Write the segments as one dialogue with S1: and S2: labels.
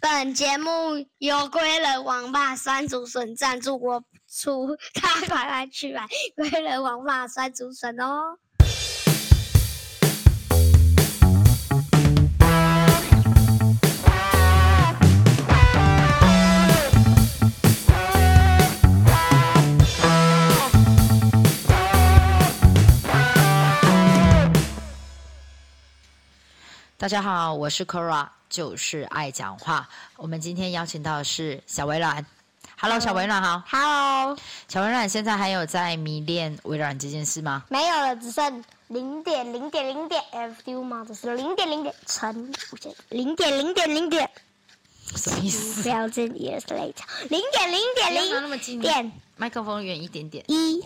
S1: 本节目由归人王霸酸竹笋赞助播出，大家快来去买归人王霸酸竹笋哦！
S2: 大家好，我是 Kora，就是爱讲话。我们今天邀请到的是小微软。Hello，小微软好。
S1: 好，
S2: 小微软现在还有在迷恋微软这件事吗？
S1: 没有了，只剩零点零点零点 FU 吗？只是零点零点乘零点零点零点
S2: 什么意思？
S1: thousand years later，零点零点
S2: 不要拿那么
S1: 零
S2: 近
S1: 点
S2: 哎麦克风远一点点，
S1: 一。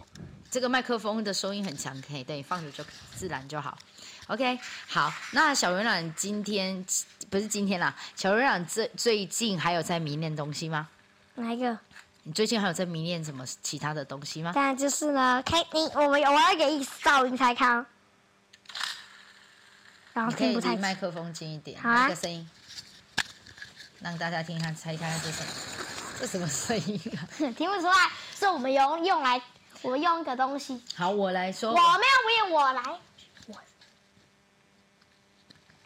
S2: 这个麦克风的收音很强，可以对放着就自然就好。OK，好，那小微软今天不是今天啦，小微软最最近还有在迷恋东西吗？
S1: 哪一个？
S2: 你最近还有在迷恋什么其他的东西吗？
S1: 当然就是呢，开你我们我要给噪音才看哦，然后
S2: 你可
S1: 听
S2: 以
S1: 不太
S2: 离
S1: 清
S2: 麦克风近一点，
S1: 好啊
S2: 那个声音，让大家听一看，猜一看这是什么？这什么声音啊？
S1: 听不出来，是我们用用来，我用一个东西，
S2: 好，我来说
S1: 我，没有，不用我来，我，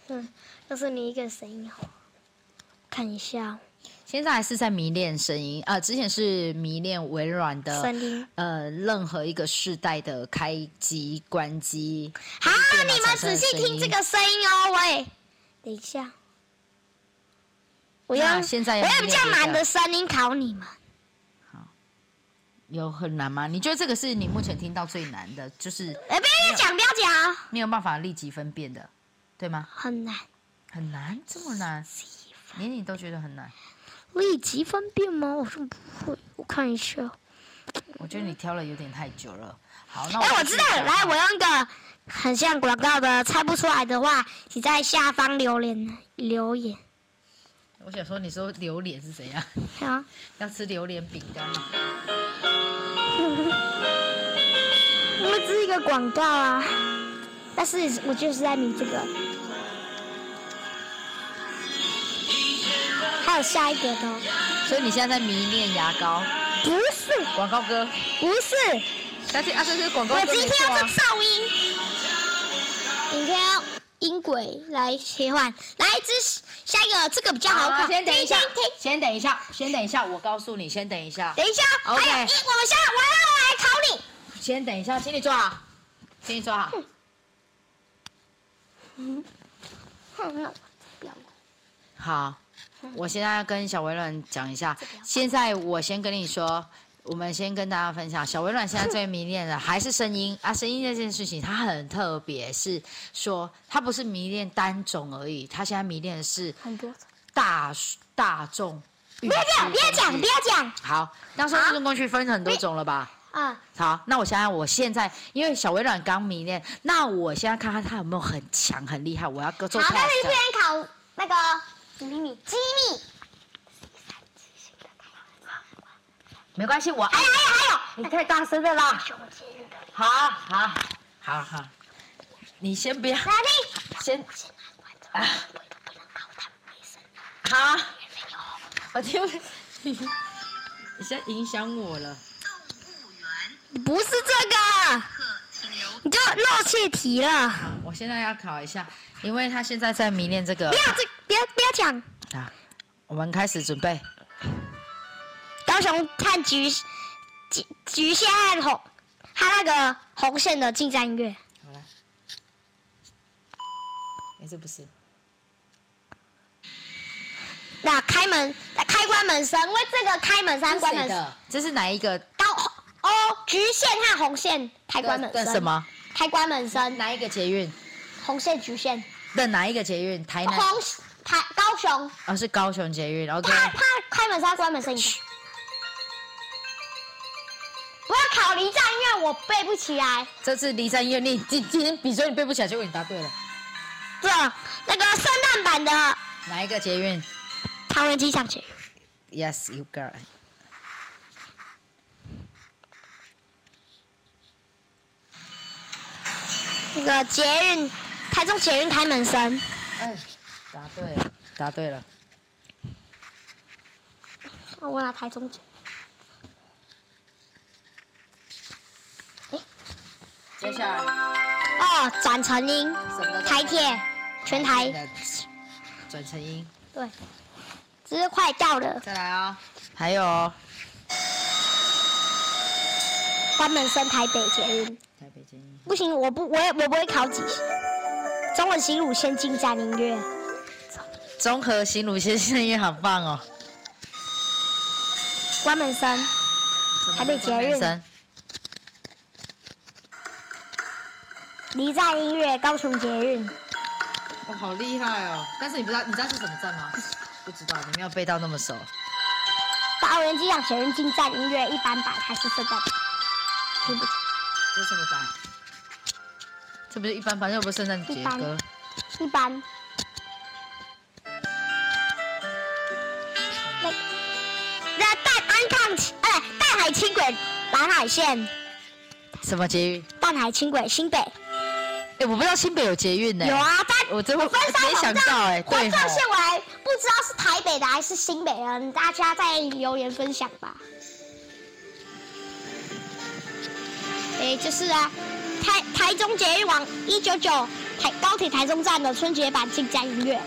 S1: 嗯，就是你一个声音好，看一下
S2: 现在还是在迷恋声音啊、呃之前是迷恋微软的
S1: 声音。
S2: 呃任何一个世代的开机、关机，
S1: 好
S2: 电，脑
S1: 你们
S2: 产
S1: 仔
S2: 生的
S1: 细
S2: 声
S1: 听这
S2: 音
S1: 个声音哦，喂，等一下，我
S2: 那
S1: 用
S2: 现在有
S1: 我
S2: 没
S1: 用
S2: 有
S1: 比较
S2: 别的
S1: 难的声音考你们，
S2: 有很难吗？你觉得这个是你目前听到最难的，就是
S1: 哎，不要讲，不要讲，
S2: 没有办法立即分辨的，对吗？
S1: 很难。
S2: 很难，这么难，连你都觉得很难。
S1: 立即分辨吗？我说不会，我看一下。
S2: 我觉得你挑了有点太久了。好，那
S1: 哎、我知道了，来，我用一个很像广告的，猜不出来的话，请在下方留言留言。
S2: 我想说，你说榴莲是怎样？
S1: 啊，
S2: 要吃榴莲饼干吗？
S1: 因为这是一个广告啊，但是我就是在迷这个。还有下一个的哦，
S2: 所以你现在在迷恋牙膏
S1: 不是，
S2: 广告歌，
S1: 不是，
S2: 但是啊，这是广告
S1: 我
S2: 歌
S1: 今
S2: 没
S1: 天
S2: 错
S1: 要
S2: 啊
S1: 是。噪音，你天要音轨来切换，来这下一个这个比较好考，
S2: 啊先等一下
S1: 听听听，
S2: 先等一下，先等一下，我告诉你，先等一下，
S1: 等一下，还有
S2: OK
S1: 一，我们现在我要来考
S2: 先等一下，请你坐好，请你坐啊好。
S1: 你。哼，不要
S2: 好，我现在要跟小微软讲 一下。现在我先跟你说，我们先跟大家分享，小微软现在最迷恋的还是声音啊，声音这件事情它很特别，是说它不是迷恋单种而已，它现在迷恋的是
S1: 很多。
S2: 大大众。不
S1: 不要讲，不要讲，不要讲
S2: 好，当时运动工具分很多种了吧？
S1: 啊！
S2: 好，那我想想，我现在因为小微软刚迷恋，那我现在看看它有没有很强很厉害，我要做
S1: 好
S2: test。，
S1: 那你不然考那个机密，机密。
S2: 没关系，我爱
S1: 还有还有还有，
S2: 你太大声了啦！
S1: 熊今日的
S2: 好好好好，你先不要，
S1: 来宾，
S2: 先啊，
S1: 不能考他们卫生，
S2: 好，
S1: 没有。
S2: 我听不，你现在影响我了。
S1: 不是这个，你就漏泄题了。
S2: 我现在要考一下，因为他现在在迷恋这个
S1: 不要这，不要不要讲。
S2: 啊。我们开始准备，
S1: 高雄看局局局限和红，他那个红线的进战乐，
S2: 好了。哎，这不是，
S1: 那开门开关门声，因为这个开门
S2: 这
S1: 声
S2: 是
S1: 关
S2: 谁
S1: 门声。
S2: 的？这是哪一个？
S1: 高哦，橘线和红线开关门
S2: 的
S1: 声。
S2: 的什？么？
S1: 开关门声，
S2: 哪一个捷运？
S1: 红线橘线，
S2: 的哪一个捷运？台南？
S1: 红台高雄，
S2: 哦，是高雄捷运。OK。
S1: 他他开门声、关门声一样。我要考离站，因为我背不起来。
S2: 这次离山院，你今今天比说你背不起来，结果你答对了。
S1: 这那个圣诞版的
S2: 哪一个捷运
S1: 桃园机场去。
S2: ？Yes, you got. it.
S1: 那个捷运，台中捷运开门声，
S2: 哎，答对了，答对了。
S3: 那我拿台中卷。
S2: 接下来
S3: 哦，转成音，
S2: 什么叫
S3: 台铁，全台，
S2: 转成音，
S3: 对，只是快到了，
S2: 再来啊、还有哦
S3: 关门升台北捷运。
S2: 台北精英，
S3: 不行，我不，我也我不会考几。中文行路先进站音乐，
S2: 综合新鲁先生也好棒哦。
S3: 关门声，台北捷运
S2: 生
S3: 离站音乐，高雄捷运，
S2: 哇，好厉害哦！但是你不知道，你知道是什么站吗？不知道，你没有背到那么熟。
S3: 桃园机场捷运进站音乐一般版还是圣诞版？听不清
S2: 这是什么版？这不是一般版，又不是圣诞节
S3: 一般
S2: 歌。
S3: 一般。那那淡安港轻，哎，淡海轻轨蓝海线，
S2: 什么捷运？
S3: 淡海轻轨新北
S2: 哎、我不知道新北有捷运呢、
S3: 有啊，但
S2: 我真的
S3: 分三
S2: 没想
S3: 种
S2: 到哎、
S3: 环
S2: 对
S3: 状
S2: 吼
S3: 线我还不知道是台北的还是新北的，嗯大家在留言分享吧。诶，就是啊，台台中捷运网一九九台高铁台中站的春节版进站音乐。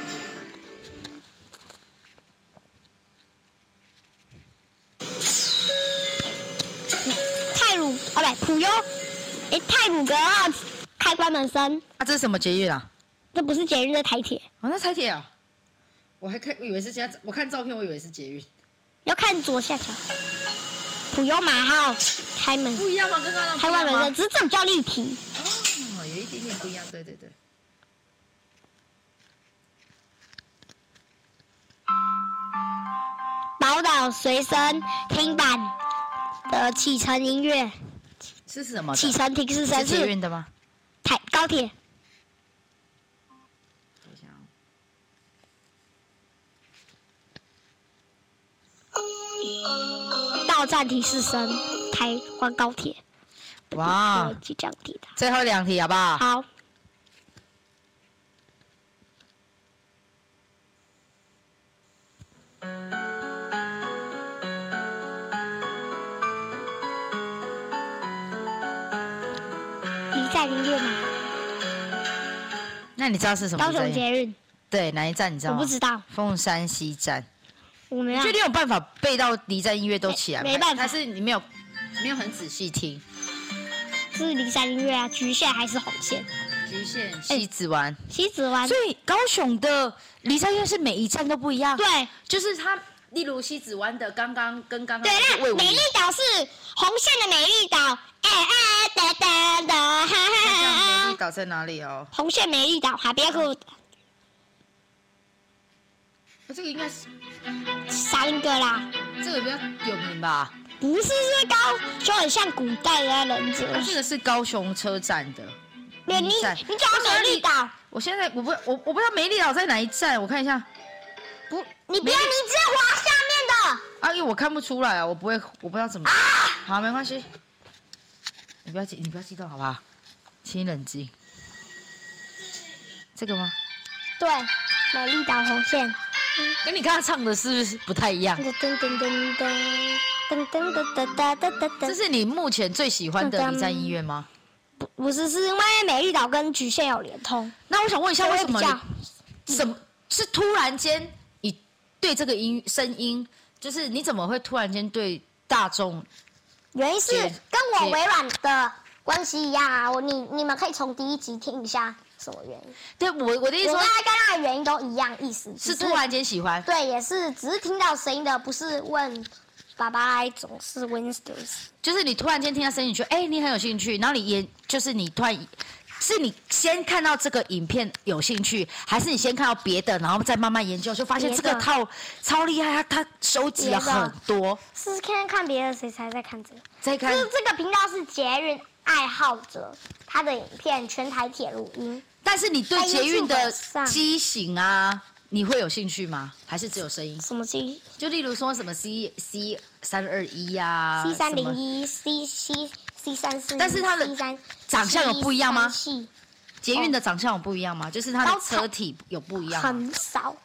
S3: 泰鲁哦不普悠，诶，泰鲁格号开关门声，
S2: 啊，这是什么捷运啊？
S3: 这不是捷运，这是台铁。
S2: 哦，那台铁啊。我还看，我以为是家，我看照片，我以为是捷运，
S3: 要看左下角，普悠马号开门，
S2: 不一样吗？跟刚刚
S3: 开关门的，
S2: 的
S3: 只是这种叫立体。
S2: 哦，有一点点不一样，对对对。
S3: 宝岛随身听版的启程音乐，
S2: 是什么的？
S3: 启程停是
S2: 是
S3: 神
S2: 捷
S3: 是
S2: 运的吗？
S3: 台高铁，
S2: 等一下哦
S3: 到站提示声，台湾高铁。
S2: 哇
S3: 对，就这样提的。
S2: 最后两题好不好？
S3: 好，离站音乐嘛，
S2: 那你知道是什么
S3: 高雄
S2: 站？
S3: 捷运，
S2: 对，哪一站你知道
S3: 我
S2: 吗？
S3: 不知道，
S2: 凤山西站，
S3: 我没有
S2: 确。定有办法背到离站音乐都起来吗？
S3: 没没办法
S2: 还是你没有没有很仔细听？
S3: 是离山音乐啊，橘线还是红线？
S2: 局限西子湾，
S3: 西子湾
S2: 所，以高雄的离站音乐是每一站都不一样。
S3: 对
S2: 就是它，例如西子湾的刚刚跟刚刚
S3: 对，
S2: 的魏
S3: 那
S2: 武
S3: 美
S2: 营
S3: 丽啊岛是红线的美丽岛，哎哎哒哒哒，哈
S2: 那这样美
S3: 哈
S2: 丽
S3: 哈。
S2: 岛在哪里哦？
S3: 红线美丽岛，海边湖
S2: 这个应该是
S3: 三个啦，
S2: 这个比较有名吧？
S3: 不是是高，就很像古代的忍者。
S2: 它哦这个是高雄车站的。
S3: 美丽，
S2: 一站
S3: 你讲美丽岛，
S2: 我现在我不我我不知道美丽岛在哪一站，我看一下。不
S3: 你不要，你只要滑下面的。
S2: 阿姨，因为我看不出来啊，我不会，我不知道怎么。好，没关系，你不要激，你不要激动，好不好？请你冷静。这个吗？
S3: 对，美丽岛红线，
S2: 跟你刚刚唱的是不是不太一样？
S3: 噔噔噔噔噔噔噔噔噔噔噔
S2: 这
S3: 噔。
S2: 是你目前最喜欢
S3: 嗯
S2: 的离站音乐吗？
S3: 不不是，是因为美丽岛跟橘线有连通。
S2: 那我想问一下，为什么
S3: 这会比较嗯
S2: 你什么是突然间你对这个音声音，就是你怎么会突然间对大众
S3: 原因是
S2: 解
S3: 跟我
S2: 解
S3: 微软的关系一样啊，我你你们可以从第一集听一下什么原因，
S2: 对我我的意思
S3: 我
S2: 说
S3: 跟他跟他的原因都一样意思，只
S2: 是突然间喜欢，
S3: 对，也是只是听到声音的，不是问爸爸总是 Windows，
S2: 就是你突然间听到声音，你觉得哎、你很有兴趣，然后你也就是你突然是你先看到这个影片有兴趣，还是你先看到别的，然后再慢慢研究，就发现
S3: 别
S2: 这
S3: 的
S2: 个套超厉害，它它收集了
S3: 别的
S2: 很多。
S3: 是看看别的谁才在看这个。
S2: 再看
S3: 就是这个频道是捷运爱好者，他的影片全台铁路音，
S2: 但是你对
S3: 在
S2: 捷运
S3: YouTube
S2: 的
S3: 上
S2: 机型啊，你会有兴趣吗？还是只有声音？
S3: 什么 C
S2: 就例如说什么 C C 三二一呀
S3: C 三零
S2: 啊什么
S3: 一 C C C 三四，
S2: 但是它的
S3: C 三
S2: 长相有不一样吗
S3: 系
S2: 捷运的长相有不一样吗？就是它
S3: 高
S2: 的
S3: 潮哦
S2: 车体有不一样吗？
S3: 很少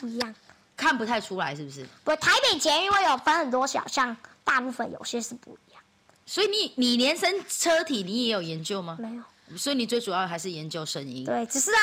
S3: 不一样。
S2: 看不太出来，是不是？
S3: 不，台北捷运会有分很多小巷，大部分有些是不一样。
S2: 所以你你连身车体你也有研究吗？
S3: 没有，
S2: 所以你最主要还是研究声音。
S3: 对，只是呢，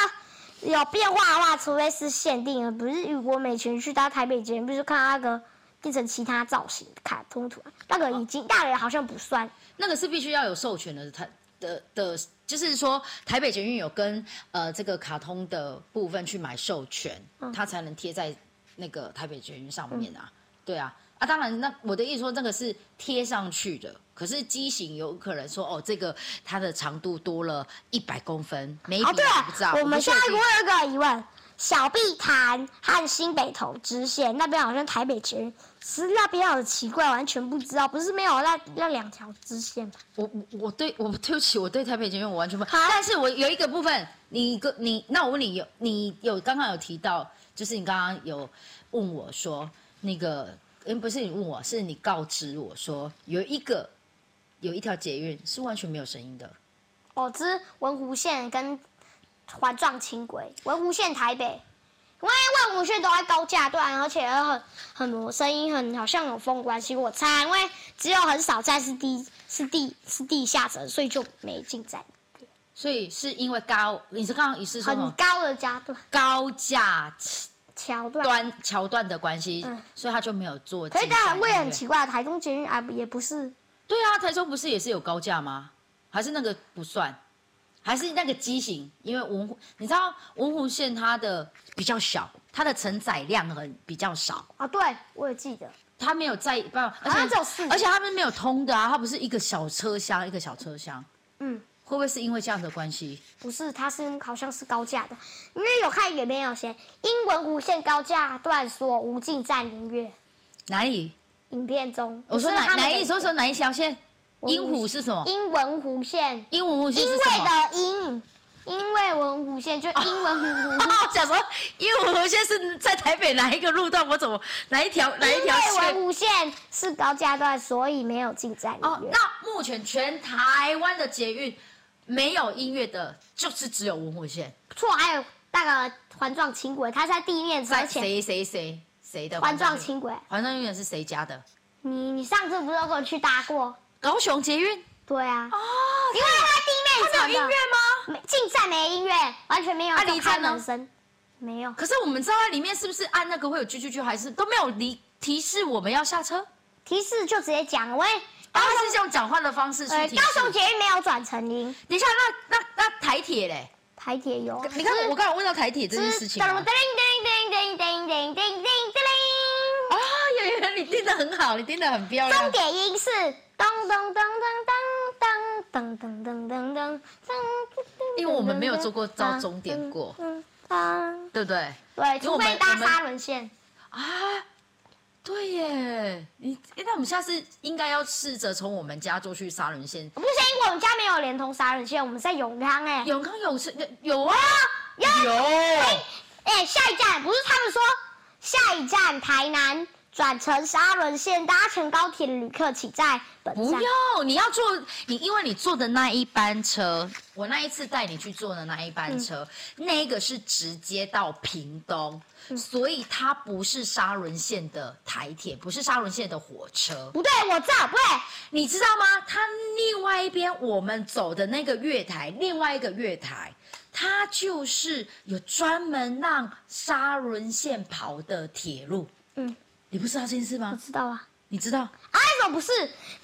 S3: 有变化的话，除非是限定的，不是如果每前去到台北捷运，不是看到那个变成其他造型的卡通图案，那个
S2: 哦
S3: 已经大人好像不算。
S2: 那个是必须要有授权的，它的的，就是说台北捷运有跟呃这个卡通的部分去买授权，
S3: 嗯
S2: 它才能贴在那个台北捷运上面啊。对啊，啊，当然，那我的意思说，那个是贴上去的，可是机型有可能说，哦，这个它的长度多了一百公分，每一
S3: 哦，对
S2: 不知道。
S3: 了，我们
S2: 不确
S3: 下一个
S2: 定
S3: 我有一个疑问：小碧潭和新北投支线那边好像台北捷运，是那边好奇怪，完全不知道，不是没有那那两条支线吗？
S2: 我我我对我对不起，我对台北捷运我完全不，
S3: 好
S2: 但是我有一个部分，你个你，那我问你有你有刚刚有提到，就是你刚刚有问我说那个，嗯，不是你问我，是你告知我说有一个有一条捷运是完全没有声音的，
S3: 哦，这是文湖线跟环状轻轨，文湖线台北，因为文湖线都在高架段，而且很很有声音很好像有风关系，我猜，因为只有很少站是地是地是地下层，所以就没进站，
S2: 所以是因为高，你是刚刚你是说什
S3: 很
S2: 么
S3: 高的加段
S2: 高架
S3: 桥段。
S2: 端桥段的关系，
S3: 嗯
S2: 所以他就没有做
S3: 可
S2: 进
S3: 是
S2: 站。
S3: 当然，我也
S2: 对不
S3: 很
S2: 对
S3: 奇怪，台中捷运啊也不是
S2: 对啊，台中不是也是有高架吗？还是那个不算？还是那个机型？因为文湖，你知道文湖线它的比较小，它的承载量很比较少，
S3: 啊，对我也记得，
S2: 它没有在，不，而
S3: 像只有
S2: 且
S3: 四
S2: 而且他们没有通的啊，它不是一个小车厢一个小车厢，
S3: 嗯，
S2: 会不会是因为这样的关系？
S3: 不是，它是好像是高架的，因为有看里面有写英文无线高架段所无尽站音乐，
S2: 哪里？
S3: 影片中
S2: 我说
S3: 不是
S2: 哪
S3: 他们
S2: 哪
S3: 的
S2: 一？说说哪一条线？
S3: 文
S2: 英
S3: 湖
S2: 湖是什么？
S3: 英文弧线，
S2: 英文湖线
S3: 因
S2: 是
S3: 为
S2: 什么？
S3: 的因，因为文弧线就英文弧 弧，
S2: 我哦想说，英文湖线是在台北哪一个路段？我怎么哪一条哪一
S3: 因
S2: 条
S3: 为
S2: 线？
S3: 文弧线是高架段，所以没有进站
S2: 哦
S3: 音，乐。
S2: 那目前全台湾的捷运没有音乐的，就是只有文湖线。
S3: 错，还有那个环状轻轨，它是在地面
S2: 在
S3: 之前。
S2: 谁谁谁谁的
S3: 环状？轻轨，
S2: 环状音乐是谁家的？
S3: 你你上次不是有跟我去搭过？
S2: 高雄捷运
S3: 对啊，
S2: 哦，
S3: 因为它
S2: 它
S3: 地
S2: 没
S3: 面
S2: 有
S3: 层
S2: 音
S3: 的
S2: 乐吗？
S3: 没进站没音乐，完全没有
S2: 啊
S3: 就
S2: 离
S3: 开
S2: 站呢
S3: 门声，没有
S2: 可是我们知道它里面是不是按那个会有啾啾啾，还是都没有提提示我们要下车？
S3: 提示就直接讲，喂，
S2: 当然是用讲话的方式去
S3: 呃，
S2: 提
S3: 高
S2: 示。
S3: 雄捷运没有转乘音，
S2: 等一下，那那那台铁嘞？
S3: 台铁有啊，
S2: 你看我刚才问到台铁这件事情
S3: 噔噔噔
S2: 啊
S3: 噔，噔噔噔噔噔
S2: 啊，有有有，你盯得很好，你盯得很漂
S3: 噔，重
S2: 亮。
S3: 点音是噔噔噔噔噔噔噔噔噔噔噔噔，
S2: 因为我们没有坐过到终点过
S3: 嗯，嗯嗯
S2: 对不对？
S3: 对，
S2: 因为我
S3: 除
S2: 们
S3: 非搭
S2: 我们
S3: 沙轮线。
S2: 啊，对耶，你诶那我们下次应该要试着从我们家坐去沙仑线。
S3: 不是，因为我们家没有连通杀人线，我们在永康哎、
S2: 永康泳池有啊，
S3: 有
S2: 有，
S3: 哎、下一站不是他们说下一站台南转乘沙仑线搭乘高铁的旅客，请在本
S2: 不
S3: 站。
S2: 用，你要坐你，因为你坐的那一班车，我那一次带你去坐的那一班车，那个是直接到屏东，所以它不是沙仑线的台铁，不是沙仑线的火车。
S3: 不对，我知道，不对，
S2: 你知道吗？它另外一边我们走的那个月台，另外一个月台，它就是有专门让沙仑线跑的铁路。
S3: 嗯，
S2: 你不知道这件事
S3: 我
S2: 吗？
S3: 知道啊。
S2: 你知道？
S3: 啊，为什么不是？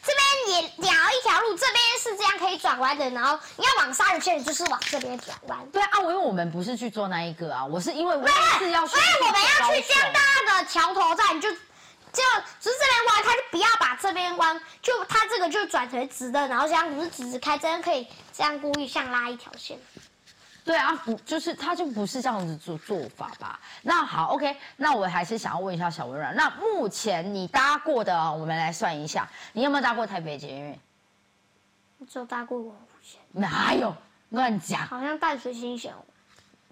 S3: 这边也两一条路，这边是这样可以转弯的，然后你要往沙仑线，你就是往这边转弯。
S2: 对啊，我因为我们不是去做那一个啊，我是因为哎我
S3: 对，
S2: 是要去
S3: 所以我们要去江
S2: 江
S3: 大那个桥头站，就就只是这边弯，他就不要把这边弯，就他这个就转成直的，然后这样不是直直开，这样可以这样故意像拉一条线。
S2: 对啊，不就是他就不是这样子做做法吧？那好，OK，那我还是想要问一下小微软，那目前你搭过的啊，我们来算一下，你有没有搭过台北捷运？
S3: 就搭过文湖线，
S2: 哪有乱讲？
S3: 好像淡水新线哦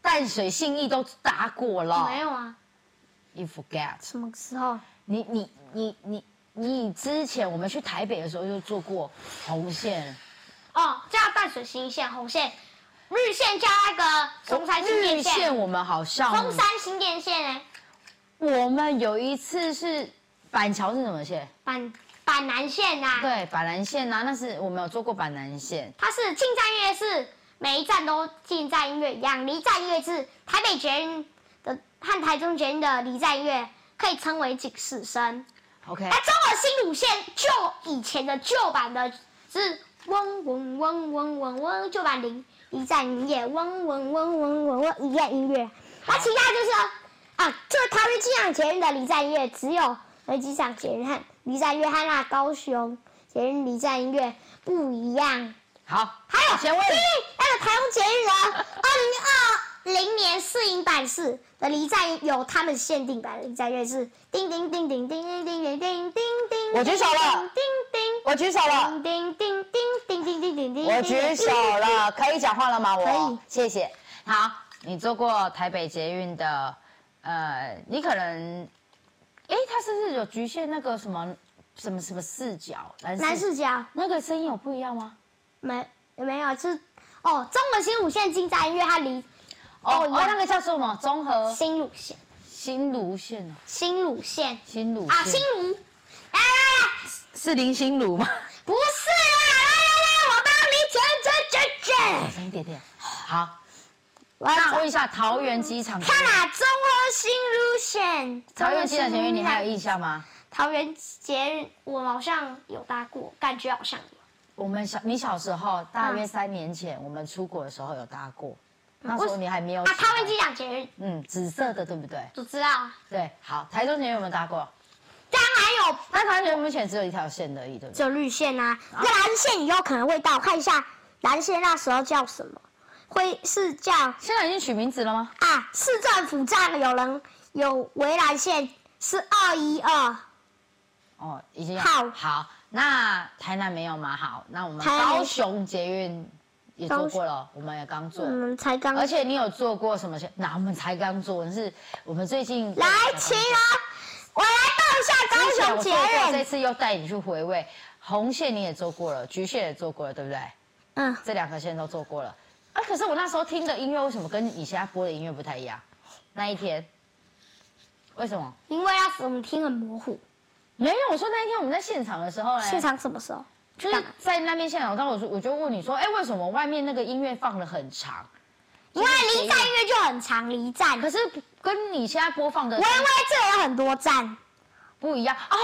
S2: 淡水信义都搭过了，
S3: 没有啊？
S2: You forget，
S3: 什么时候？
S2: 你你你你你之前我们去台北的时候就坐过红线，
S3: 哦，叫淡水新线、红线、绿线叫那个松山新
S2: 绿
S3: 店线，
S2: 线我们好像
S3: 松山新店线呢？欸
S2: 我们有一次是板桥是什么线？
S3: 板板南线呐、啊，
S2: 对，板南线啊，那是我们有做过板南线。
S3: 它是进站月是每一站都进站音乐一样，离站乐是台北捷运的和台中捷运的离站乐可以称为警示声。
S2: OK，
S3: 那中国新乳线旧以前的旧版的是嗡嗡嗡嗡嗡嗡，旧版零一站音乐嗡嗡嗡嗡嗡嗡一样音乐。那其他就是啊，就台北机场捷运的离站音乐只有台北机场捷运和离站约翰那高雄捷运离站音乐不一样。
S2: 好，
S3: 还有
S2: 请问
S3: 第一那个台中捷运呢，啊二零二零年试营版式的离站有他们限定版的离站乐是叮叮叮叮叮叮叮叮叮叮叮，
S4: 我举手了
S3: 叮叮
S4: 我举手了，
S3: 叮叮叮叮叮叮叮叮叮，
S4: 我举手了，可以讲话了吗？我
S3: 可以，
S4: 谢谢。
S2: 好，你做过台北捷运的，呃，你可能，哎，它是不是有局限那个什么什么什么视角？男
S3: 男视角
S2: 那个声音有不一样吗？
S3: 没没有是哦，中文新五线进站音乐它离
S2: 哦
S3: 哦
S2: 哦
S3: 一样
S2: 那个叫做什么？综合
S3: 新乳线
S2: 新芦线哦，
S3: 新乳线
S2: 新芦
S3: 啊新
S2: 线
S3: 乳，来来来。
S2: 是林心如 吗？
S3: 不是啦，来来来，我帮你卷卷卷
S2: 小
S3: 卷。
S2: 哎声一点点。好，
S3: 我要
S2: 那
S3: 找
S2: 问一下桃园机场捷运，
S3: 看啦，中和新路线。
S2: 桃园机场前面你还有印象吗？
S3: 桃园捷运，我好像有搭过，感觉好像有。
S2: 我们小你小时候大约三年前，我们出国的时候有搭过，那时候你还没有
S3: 啊，
S2: 喜欢
S3: 桃园机场捷运，
S2: 嗯，紫色的对不对？
S3: 我知道。啊
S2: 对，好，台中捷运有没有搭过？
S3: 当然有，
S2: 那台中捷运目前只有一条线而已，对不对？
S3: 只有绿线啊，那蓝线以后可能会到，看一下蓝线那时候叫什么，会是叫
S2: 现在已经取名字了吗？
S3: 啊，市政府站有人有围栏线是二一二，
S2: 哦，已经有
S3: 好
S2: 好，那台南没有吗？好，那我们
S3: 台南没
S2: 高雄捷运也做过了，我们也刚做。
S3: 嗯，才刚
S2: 而且你有做过什么线？那我们才刚做，是我们最近
S3: 来，晴儿，我来报一下
S2: 之前
S3: 高
S2: 我
S3: 雄捷
S2: 做过，这
S3: 运。
S2: 次又带你去回味。红线你也做过了，橘线也做过了，对不对？
S3: 嗯，
S2: 这两个线都做过了。啊，可是我那时候听的音乐为什么跟你现在播的音乐不太一样？那一天，为什么？
S3: 因为那时我们听很模糊，
S2: 没有，我说那一天我们在现场的时候呢，
S3: 现场什么时候？
S2: 就是在那边现场，当我说我就问你说，哎，为什么外面那个音乐放的很长？
S3: 因为离站音乐就很长，离站。
S2: 可是跟你现在播放的
S3: 微微这里有很多站，
S2: 不一样啊，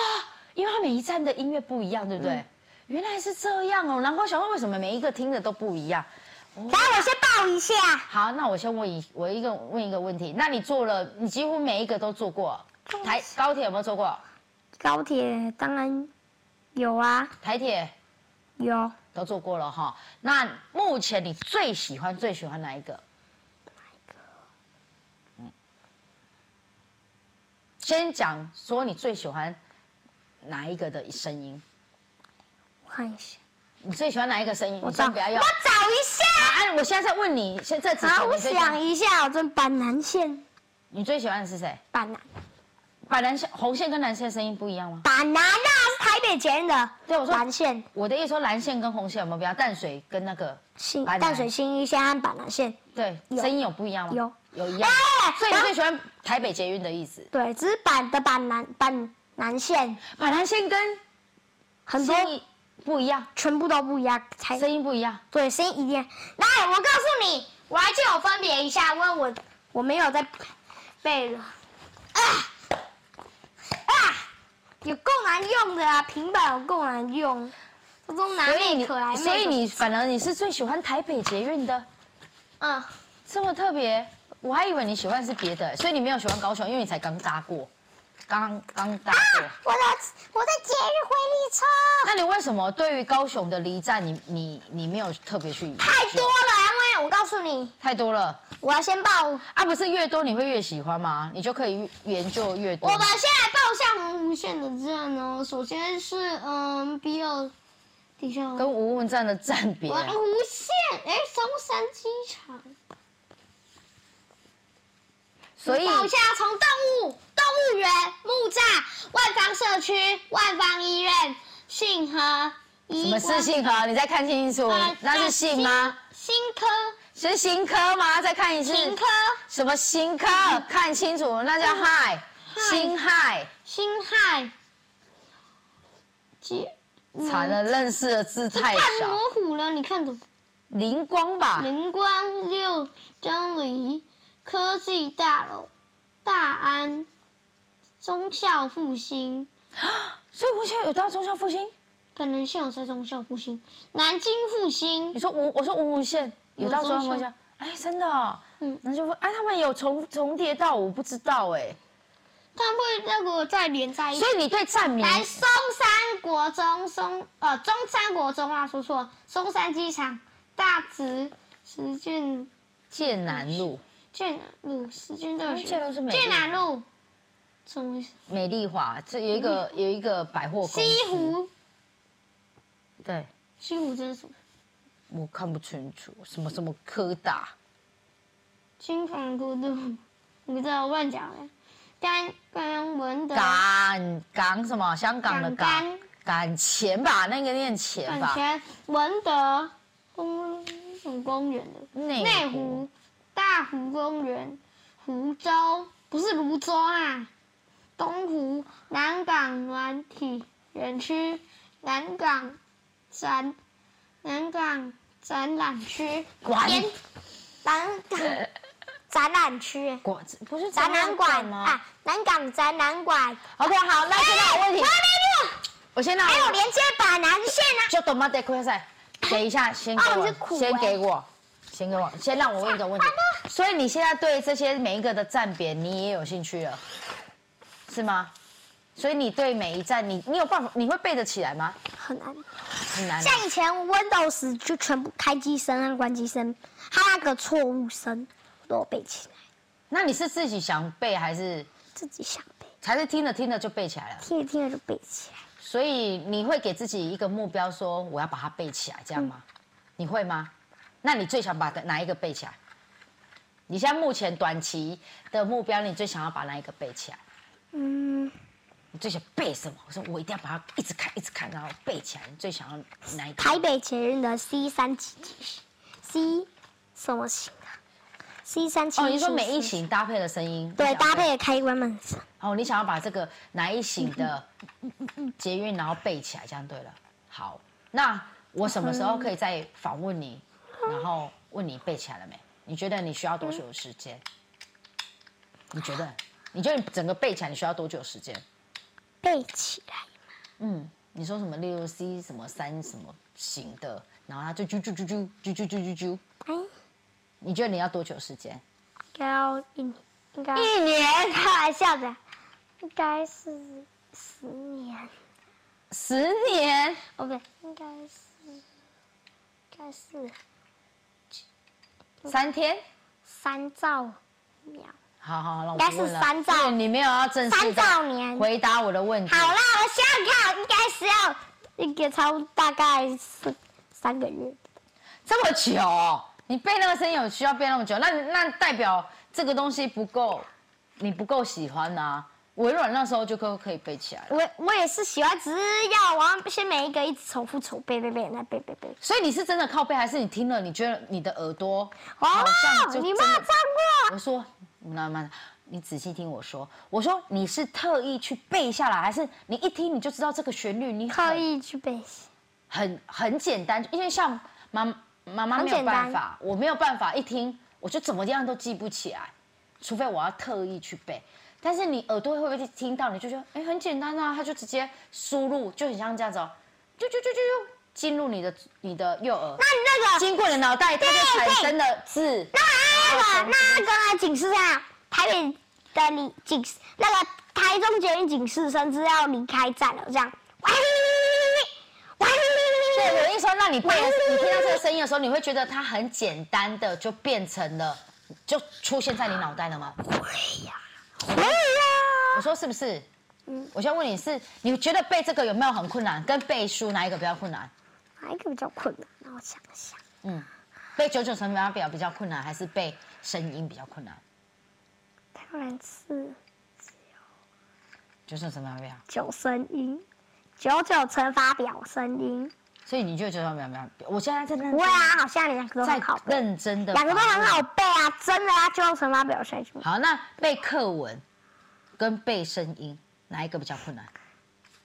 S2: 因为它每一站的音乐不一样，对不
S3: 嗯
S2: 对？原来是这样哦，难怪小问为什么每一个听的都不一样。
S3: 来，我先报一下
S2: 好，那我先问一我一个问一个问题，那你做了，你几乎每一个都做过，台高铁有没有做过？
S3: 高铁，当然有啊，
S2: 台铁
S3: 有
S2: 都做过了哈。那目前你最喜欢最喜欢哪一个？哪一个？嗯先讲说你最喜欢哪一个的声音？
S3: 我看一下，
S2: 你最喜欢哪一个声音？
S3: 我
S2: 你
S3: 找，
S2: 先
S3: 我
S2: 不要
S3: 找
S2: 用。
S3: 一下。
S2: 啊，我现在在问你，现在只
S3: 好，我想
S2: 你
S3: 一下，我这板南线，
S2: 你最喜欢的是谁？
S3: 板南，
S2: 板蓝线、红线跟蓝线的声音不一样吗？
S3: 板南啊，是台北捷运的。
S2: 对我说
S3: 蓝线、
S2: 我的意思说，蓝线跟红线有没有不一样？淡水跟那个
S3: 新
S2: 板南
S3: 淡水新一线和板南线
S2: 对
S3: 有
S2: 声音有不一样吗？
S3: 有。
S2: 有一样。
S3: 哎
S2: 所以你
S3: 然后
S2: 最喜欢台北捷运的意思？
S3: 对，只是板的板南板南线
S2: 板蓝线跟
S3: 很多
S2: 声音不一样，
S3: 全部都不一样，才
S2: 声音不一样。
S3: 对声音一定。来，我告诉你，我还就有分别一下，因为我我没有在背了。啊啊，有够难用的啊，平板有够难用，我都拿
S2: 所以
S3: 那
S2: 你
S3: 可来，
S2: 所以你反而你是最喜欢台北捷运的，
S3: 嗯，
S2: 这么特别，我还以为你喜欢是别的，所以你没有喜欢高雄，因为你才刚搭过，刚刚搭过。
S3: 我的我的节日回力车
S2: 那你为什么对于高雄的离站你，你你没有特别去？
S3: 太多了，因啊为我告诉你，
S2: 太多了
S3: 我要先报
S2: 啊！不是越多你会越喜欢吗？你就可以越研究越多。
S3: 我们先来报一下我们无线的站哦。首先是嗯 B 二，等一下哦，
S2: 跟无问站的站别啊
S3: 我们无线哎松山机场，
S2: 所以
S3: 报一下从动物动物园、木栅、万方社区、万方医院、信和、
S2: 什
S3: 医
S2: 么是信和？你再看清楚
S3: 呃，
S2: 那是信吗？
S3: 新科、
S2: 是新科吗？再看一次，
S3: 停科、嗯
S2: 什么新科？看清楚，那叫嗨。辛亥，
S3: 辛亥，解
S2: 惨了，认识的字太
S3: 太
S2: 少。啊
S3: 模糊了，你看懂？
S2: 灵光吧，
S3: 灵光六张犁，科技大楼，大安，忠孝复兴，
S2: 所以我现在有到中校复兴。
S3: 可能现有在忠孝复兴，南京复兴
S2: 你，说五，我说五五线有到中
S3: 有
S2: 校
S3: 嗯中校
S2: 复兴，哎，真的、哦，
S3: 嗯
S2: 那就会哎，他们有重重叠到，我不知道哎。
S3: 它会那个再连在一起
S2: 所。以你对站名，
S3: 来松山国中松呃中山国中啊，说错了，松山机场大直石俊
S2: 剑南路、
S3: 俊路石俊大学
S2: 哎这都是美丽
S3: 俊南路，什么意思？
S2: 美丽华，这有一个有一个百货公司。
S3: 嗯西，湖
S2: 对，
S3: 西湖这是什么？
S2: 我看不清楚，什么什么科大，
S3: 金黄国路，我不知道我乱讲了。甘甘文德
S2: 港港什么香港的
S3: 啊港
S2: 港，港钱吧，那个念钱
S3: 本
S2: 吧，
S3: 泉文德公什么公园的
S2: 内
S3: 内湖大湖公园、湖州不是泸州啊，东湖南港软体园区、南港展南港展览区、
S2: 馆
S3: 烟南港展览区、
S2: 馆子不是
S3: 展览馆哎
S2: 吗？
S3: 啊，南港展览馆。
S2: OK，好，那现在我问你，我先让
S3: 还有哎连接板南线啊，
S2: 就懂吗？得亏在，等一下，先给
S3: 啊我
S2: 我
S3: 是，苦啊
S2: 先
S3: 欸
S2: 给我，先给我，先让我问一个问题。所以你现在对这些每一个的站别，你也有兴趣了，是吗？所以你对每一站，你你有办法，你会背得起来吗？
S3: 很难。
S2: 很难啊吗。
S3: 像以前 Windows 就全部开机声和关机声，它那个错误声我都有背起来，
S2: 那你是自己想背，还是
S3: 自己想背，
S2: 还是听着听着就背起来了？
S3: 听着听着就背起来。
S2: 所以你会给自己一个目标，说我要把它背起来，这样吗？
S3: 嗯
S2: 你会吗？那你最想把哪一个背起来？你现在目前短期的目标，你最想要把哪一个背起来？
S3: 嗯，
S2: 你最想背什么？我说我一定要把它一直看，一直看，然后背起来。你最想要哪一个？
S3: 台北捷运的 C 三七七 C 什么型啊？C 三七
S2: 哦，你说每一型搭配的声音，
S3: 对
S2: 你想要
S3: 搭
S2: 背。
S3: 配的开关门声，
S2: 哦，你想要把这个哪一型
S3: 嗯
S2: 的捷运，然后背起来，这样对了。好，那我什么时
S3: 嗯
S2: 候可以再访问你，然后问你背起来了没？你觉得你需要多久的时间？你觉得？你觉得你整个背起来你需要多久的时间？
S3: 背起来。
S2: 嗯，你说什么六 C 什么三什么型的，然后它就啾啾啾啾啾啾啾啾啾，
S3: 哎，
S2: 你觉得你要多久时间？
S3: 应该要一年，应该一年，开玩笑的，应该是十年。
S2: 十年。
S3: 哦，不对，应该是，应该是
S2: 三天。
S3: 三兆秒，
S2: 好好好，那我
S3: 应该
S2: 不问
S3: 是
S2: 了
S3: 三兆
S2: 因为你没有要正式
S3: 三
S2: 的
S3: 兆年。
S2: 回答我的问题。
S3: 好啦，我想想看，应该是要一个超大概是三个月。
S2: 这么久，你背那个声音有需要背那么久？那那代表这个东西不够，你不够喜欢啊。微软那时候就可可以背起来了，
S3: 我我也是喜欢，只是要我要先每一个一直重复重背背背，那背背背。
S2: 所以你是真的靠背，还是你听了你觉得你的耳朵
S3: 哦
S2: 好像，就
S3: 你没有
S2: 真
S3: 唱
S2: 的？
S3: 过？
S2: 我说，那那，你仔细听我说，我说你是特意去背下来，还是你一听你就知道这个旋律？你很
S3: 刻意去背，
S2: 很很简单，因为像妈妈妈
S3: 很
S2: 没有
S3: 简单
S2: 办法，我没有办法一听我就怎么样都记不起来，除非我要特意去背。但是你耳朵会不会听到？你就觉得哎、很简单啊，它就直接输入，就很像这样子哦，就就就就就进入你的你的右耳，
S3: 那那个
S2: 经过你的脑袋，它就产生了字。
S3: 那个那个那个警示啊，台北的你警示那个台中捷运警示甚至要离开站了，这样。喂喂
S2: 对，我一说让你背的时候，你听到这个声音的时候，你会觉得它很简单的就变成了，就出现在你脑袋了吗？
S3: 喂呀！
S2: 我说是不是？
S3: 嗯
S2: 我先问你是，你觉得背这个有没有很困难？跟背书哪一个比较困难？
S3: 哪一个比较困难？让我想一下。
S2: 嗯，背九九乘法表比较困难，还是背声音比较困难？
S3: 当然是
S2: 九九乘法表，
S3: 九声音，九九乘法表声音。
S2: 所以你觉得九九乘法表？我现在在认
S3: 不会啊，好像两个都
S2: 嗯在
S3: 很好背，
S2: 认真的，
S3: 两个都很好。背啊，真的啊，就用乘法表筛出。
S2: 好，那背课文，跟背声音哪一个比较困难？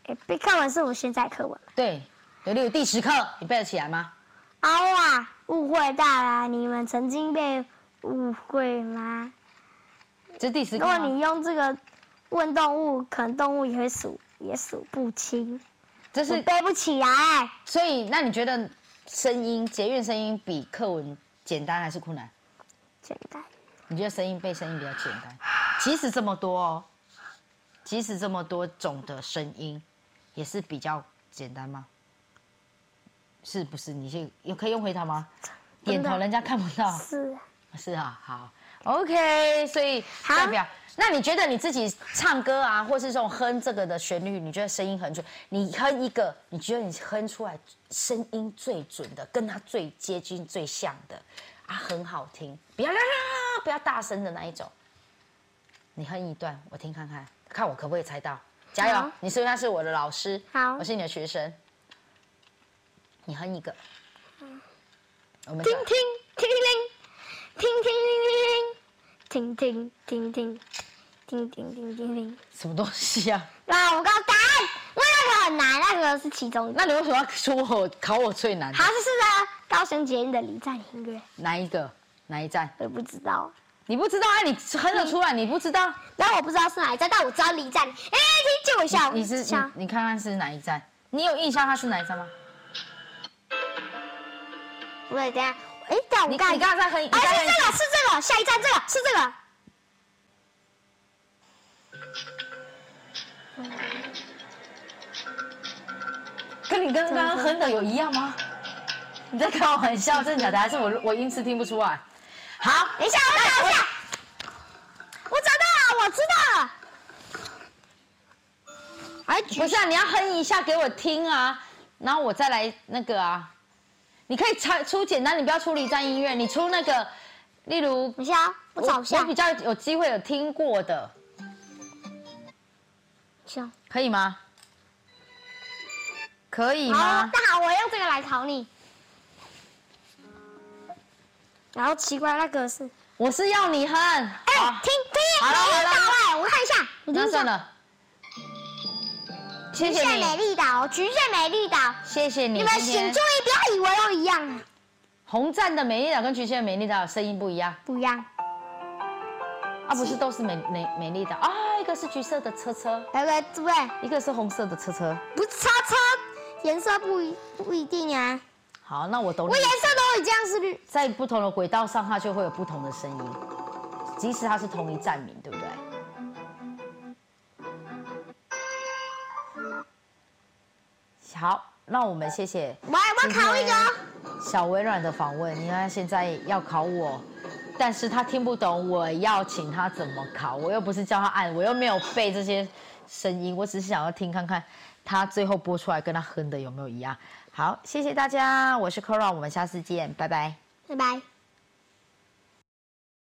S3: 诶背课文是我现在课文。
S2: 对，有例如第十课，你背得起来吗？
S3: 啊哇，误会大啦！你们曾经被误会吗？
S2: 这是第十
S3: 如
S2: 课
S3: 果
S2: 吗
S3: 你用这个问动物，可能动物也会数，也数不清，
S2: 这
S3: 我
S2: 是
S3: 背不起来。
S2: 所以，那你觉得声音捷运声音比课文简单还是困难？
S3: 简单，
S2: 你觉得声音背声音比较简单？即使这么多哦，即使这么多种的声音，也是比较简单吗？是不是？你先有可以用回答吗？点头人家看不到，
S3: 是啊
S2: 是啊，好，OK，所以
S3: 好
S2: 代表。那你觉得你自己唱歌啊，或是这种哼这个的旋律，你觉得声音很准？你哼一个，你觉得你哼出来声音最准的，跟它最接近、最像的，啊，很好听，不要啦啦啦，不要大声的那一种。你哼一段，我听看看，看我可不可以猜到？加油
S3: 好！
S2: 你是不是是我的老师？
S3: 好
S2: 我是你的学生。你哼一个，我们
S3: 听
S2: 讲
S3: 听听听听听听听听听听听听听听听。
S2: 什么东西啊？
S3: 那我告诉答案，因为那个很难，那个是其中一个。
S2: 那你为什么要说我考我最难的
S3: 好，？这是呢，高雄捷运的离站音乐，
S2: 哪一个？哪一站？
S3: 我也不知道。
S2: 你不知道啊？你哼得出来？你不知道？
S3: 然后我不知道是哪一站，但我知道离站。哎，听借我一下，我
S2: 你是
S3: 一下
S2: 你你看看是哪一站？你有印象它是哪一站吗？
S3: 不对，等一下，哎，等一下
S2: 你
S3: 我
S2: 你
S3: 刚
S2: 刚
S3: 才
S2: 刚在哼，你
S3: 哎，
S2: 刚
S3: 是
S2: 刚在
S3: 这个，是这个，下一站这个是这个。
S2: 跟你刚刚哼的有一样吗？你在开我玩笑，真的假的？还是我我音痴听不出来？好，
S3: 等一下，我找一下，我找到了，我知道了。
S2: 哎，不是啊，你要哼一下给我听啊，然后我再来那个啊。你可以出出简单，你不要出离站音乐，你出那个，例如
S3: 等一下，我找一
S2: 我
S3: 下
S2: 比。较有机会有听过的，
S3: 行，
S2: 可以吗？可以
S3: 好
S2: 吗，？
S3: 那好，我用这个来考你。然后奇怪，那个是，
S2: 我是要你哼。
S3: 哎，
S2: 好
S3: 听听，
S2: 好了好
S3: 美
S2: 了
S3: 丽岛哎，我看一下，你
S2: 那
S3: 听一
S2: 算
S3: 下，
S2: 了，谢
S3: 橘
S2: 谢
S3: 色美
S2: 你，
S3: 丽岛，橘色美丽岛，
S2: 谢谢你。
S3: 你们
S2: 今
S3: 请
S2: 天
S3: 注意，不要以为都一样啊，
S2: 红站的美丽岛跟橘线的美丽岛声音不一样
S3: 不一样，
S2: 啊，不是都是美美美丽岛啊，一个是橘色的车车，
S3: 来来，对不对？
S2: 一个是红色的车车。
S3: 不是叉叉，颜色不一不一定啊，
S2: 好，那我懂你
S3: 我。颜色都一这样是绿，
S2: 在不同的轨道上，它就会有不同的声音，即使它是同一站名，对不对？好，那我们谢谢
S3: 我我考一个哦，
S2: 小微软的访问。你看现在要考我，但是他听不懂，我要请他怎么考？我又不是叫他按，我又没有背这些声音，我只是想要听看看他最后播出来跟他哼的有没有一样。好，谢谢大家，我是 Kora，我们下次见，拜拜。
S3: 拜拜。